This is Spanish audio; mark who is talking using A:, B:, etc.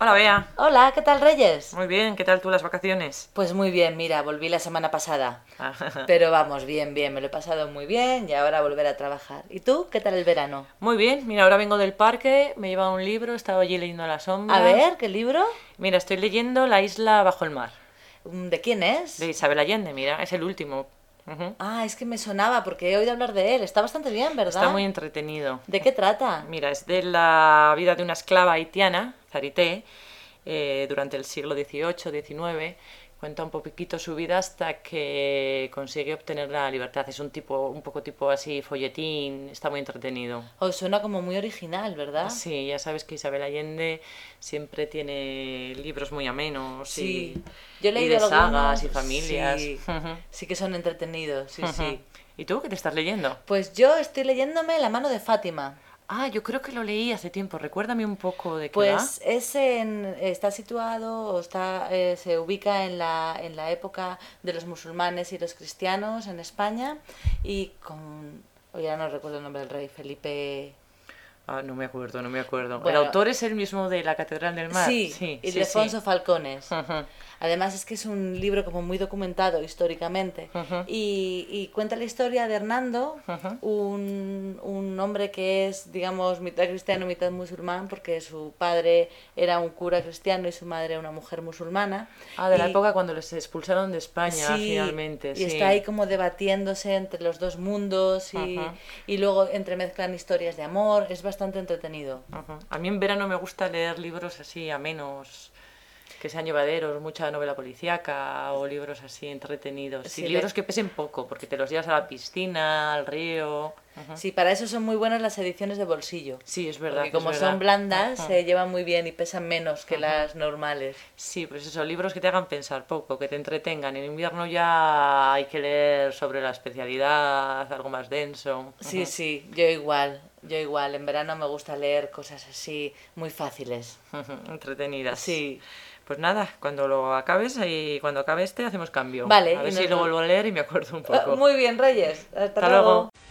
A: Hola, Bea.
B: Hola, ¿qué tal Reyes?
A: Muy bien, ¿qué tal tú las vacaciones?
B: Pues muy bien, mira, volví la semana pasada. Pero vamos, bien, bien, me lo he pasado muy bien y ahora volver a trabajar. ¿Y tú? ¿Qué tal el verano?
A: Muy bien, mira, ahora vengo del parque, me he llevado un libro, he estado allí leyendo a la sombra.
B: A ver, ¿qué libro?
A: Mira, estoy leyendo La isla bajo el mar,
B: Mm, ¿De quién es?
A: de Isabel Allende, mira, es el último. Ujú.
B: Ah, es que me sonaba porque he oído hablar de él. Está bastante bien, ¿verdad?
A: Está muy entretenido.
B: ¿De qué trata?
A: Mira, es de la vida de una esclava haitiana, Zarité, eh, durante el siglo XVIII, XIX. Cuenta un poquito su vida hasta que consigue obtener la libertad. Es un tipo, un poco tipo así folletín, está muy entretenido.
B: Os suena como muy original, ¿verdad?
A: Sí, ya sabes que Isabel Allende siempre tiene libros muy amenos
B: Sí.
A: y,
B: Yo he
A: y
B: leído
A: de sagas
B: algunos.
A: y familias.
B: Sí.
A: Ujú,
B: Sí que son entretenidos, sí,
A: ujú.
B: sí.
A: ¿Y tú qué te estás leyendo?
B: Pues yo estoy leyéndome La mano de Fátima.
A: Ah, yo creo que lo leí hace tiempo. Recuérdame un poco de qué va.
B: Pues es en- está situado o está, eh, se ubica en la, en la época de los musulmanes y los cristianos en España y con... Oye, ahora no recuerdo el nombre del rey, Felipe...
A: Ah, no me acuerdo, no me acuerdo.
B: Bueno.
A: el autor es el mismo de la Catedral del Mar.
B: sí,
A: sí, sí,
B: Ildefonso
A: sí.
B: Falcones.
A: Ujú.
B: Además es que es un libro como muy documentado históricamente
A: Ujú.
B: y, y cuenta la historia de Hernando,
A: Ujú.
B: un, un hombre que es, digamos, mitad cristiano, mitad musulmán, porque su padre era un cura cristiano y su madre una mujer musulmana.
A: Ah, de la
B: Y-
A: época cuando les expulsaron de España,
B: Sí,
A: finalmente.
B: Y
A: sí.
B: está ahí como debatiéndose entre los dos mundos y,
A: Ajá.
B: y luego entremezclan historias de amor. Es bastante entretenido.
A: Ujú. A mí en verano me gusta leer libros así amenos, que sean llevaderos, mucha novela policíaca o libros así entretenidos.
B: Sí,
A: y
B: le-
A: libros que pesen poco, porque te los llevas a la piscina, al río. Ujú.
B: Sí, para eso son muy buenas las ediciones de bolsillo.
A: Sí, es verdad.
B: Porque
A: es
B: como
A: verdad.
B: son blandas,
A: Ujú.
B: se llevan muy bien y pesan menos que las normales.
A: Sí, pues eso, libros que te hagan pensar poco, que te entretengan. En invierno ya hay que leer sobre la especialidad, algo más denso.
B: Sí,
A: Ujú.
B: sí, yo igual, yo igual. En verano me gusta leer cosas así muy fáciles.
A: Ujú, Entretenidas.
B: Sí.
A: Pues nada, cuando lo acabes y cuando acabe este hacemos cambio.
B: Vale,
A: A
B: y
A: ver si
B: nos
A: lo
B: vol-
A: vuelvo a leer y me acuerdo un
B: Ah,
A: poco.
B: Muy bien, Reyes. Hasta,
A: Hasta luego.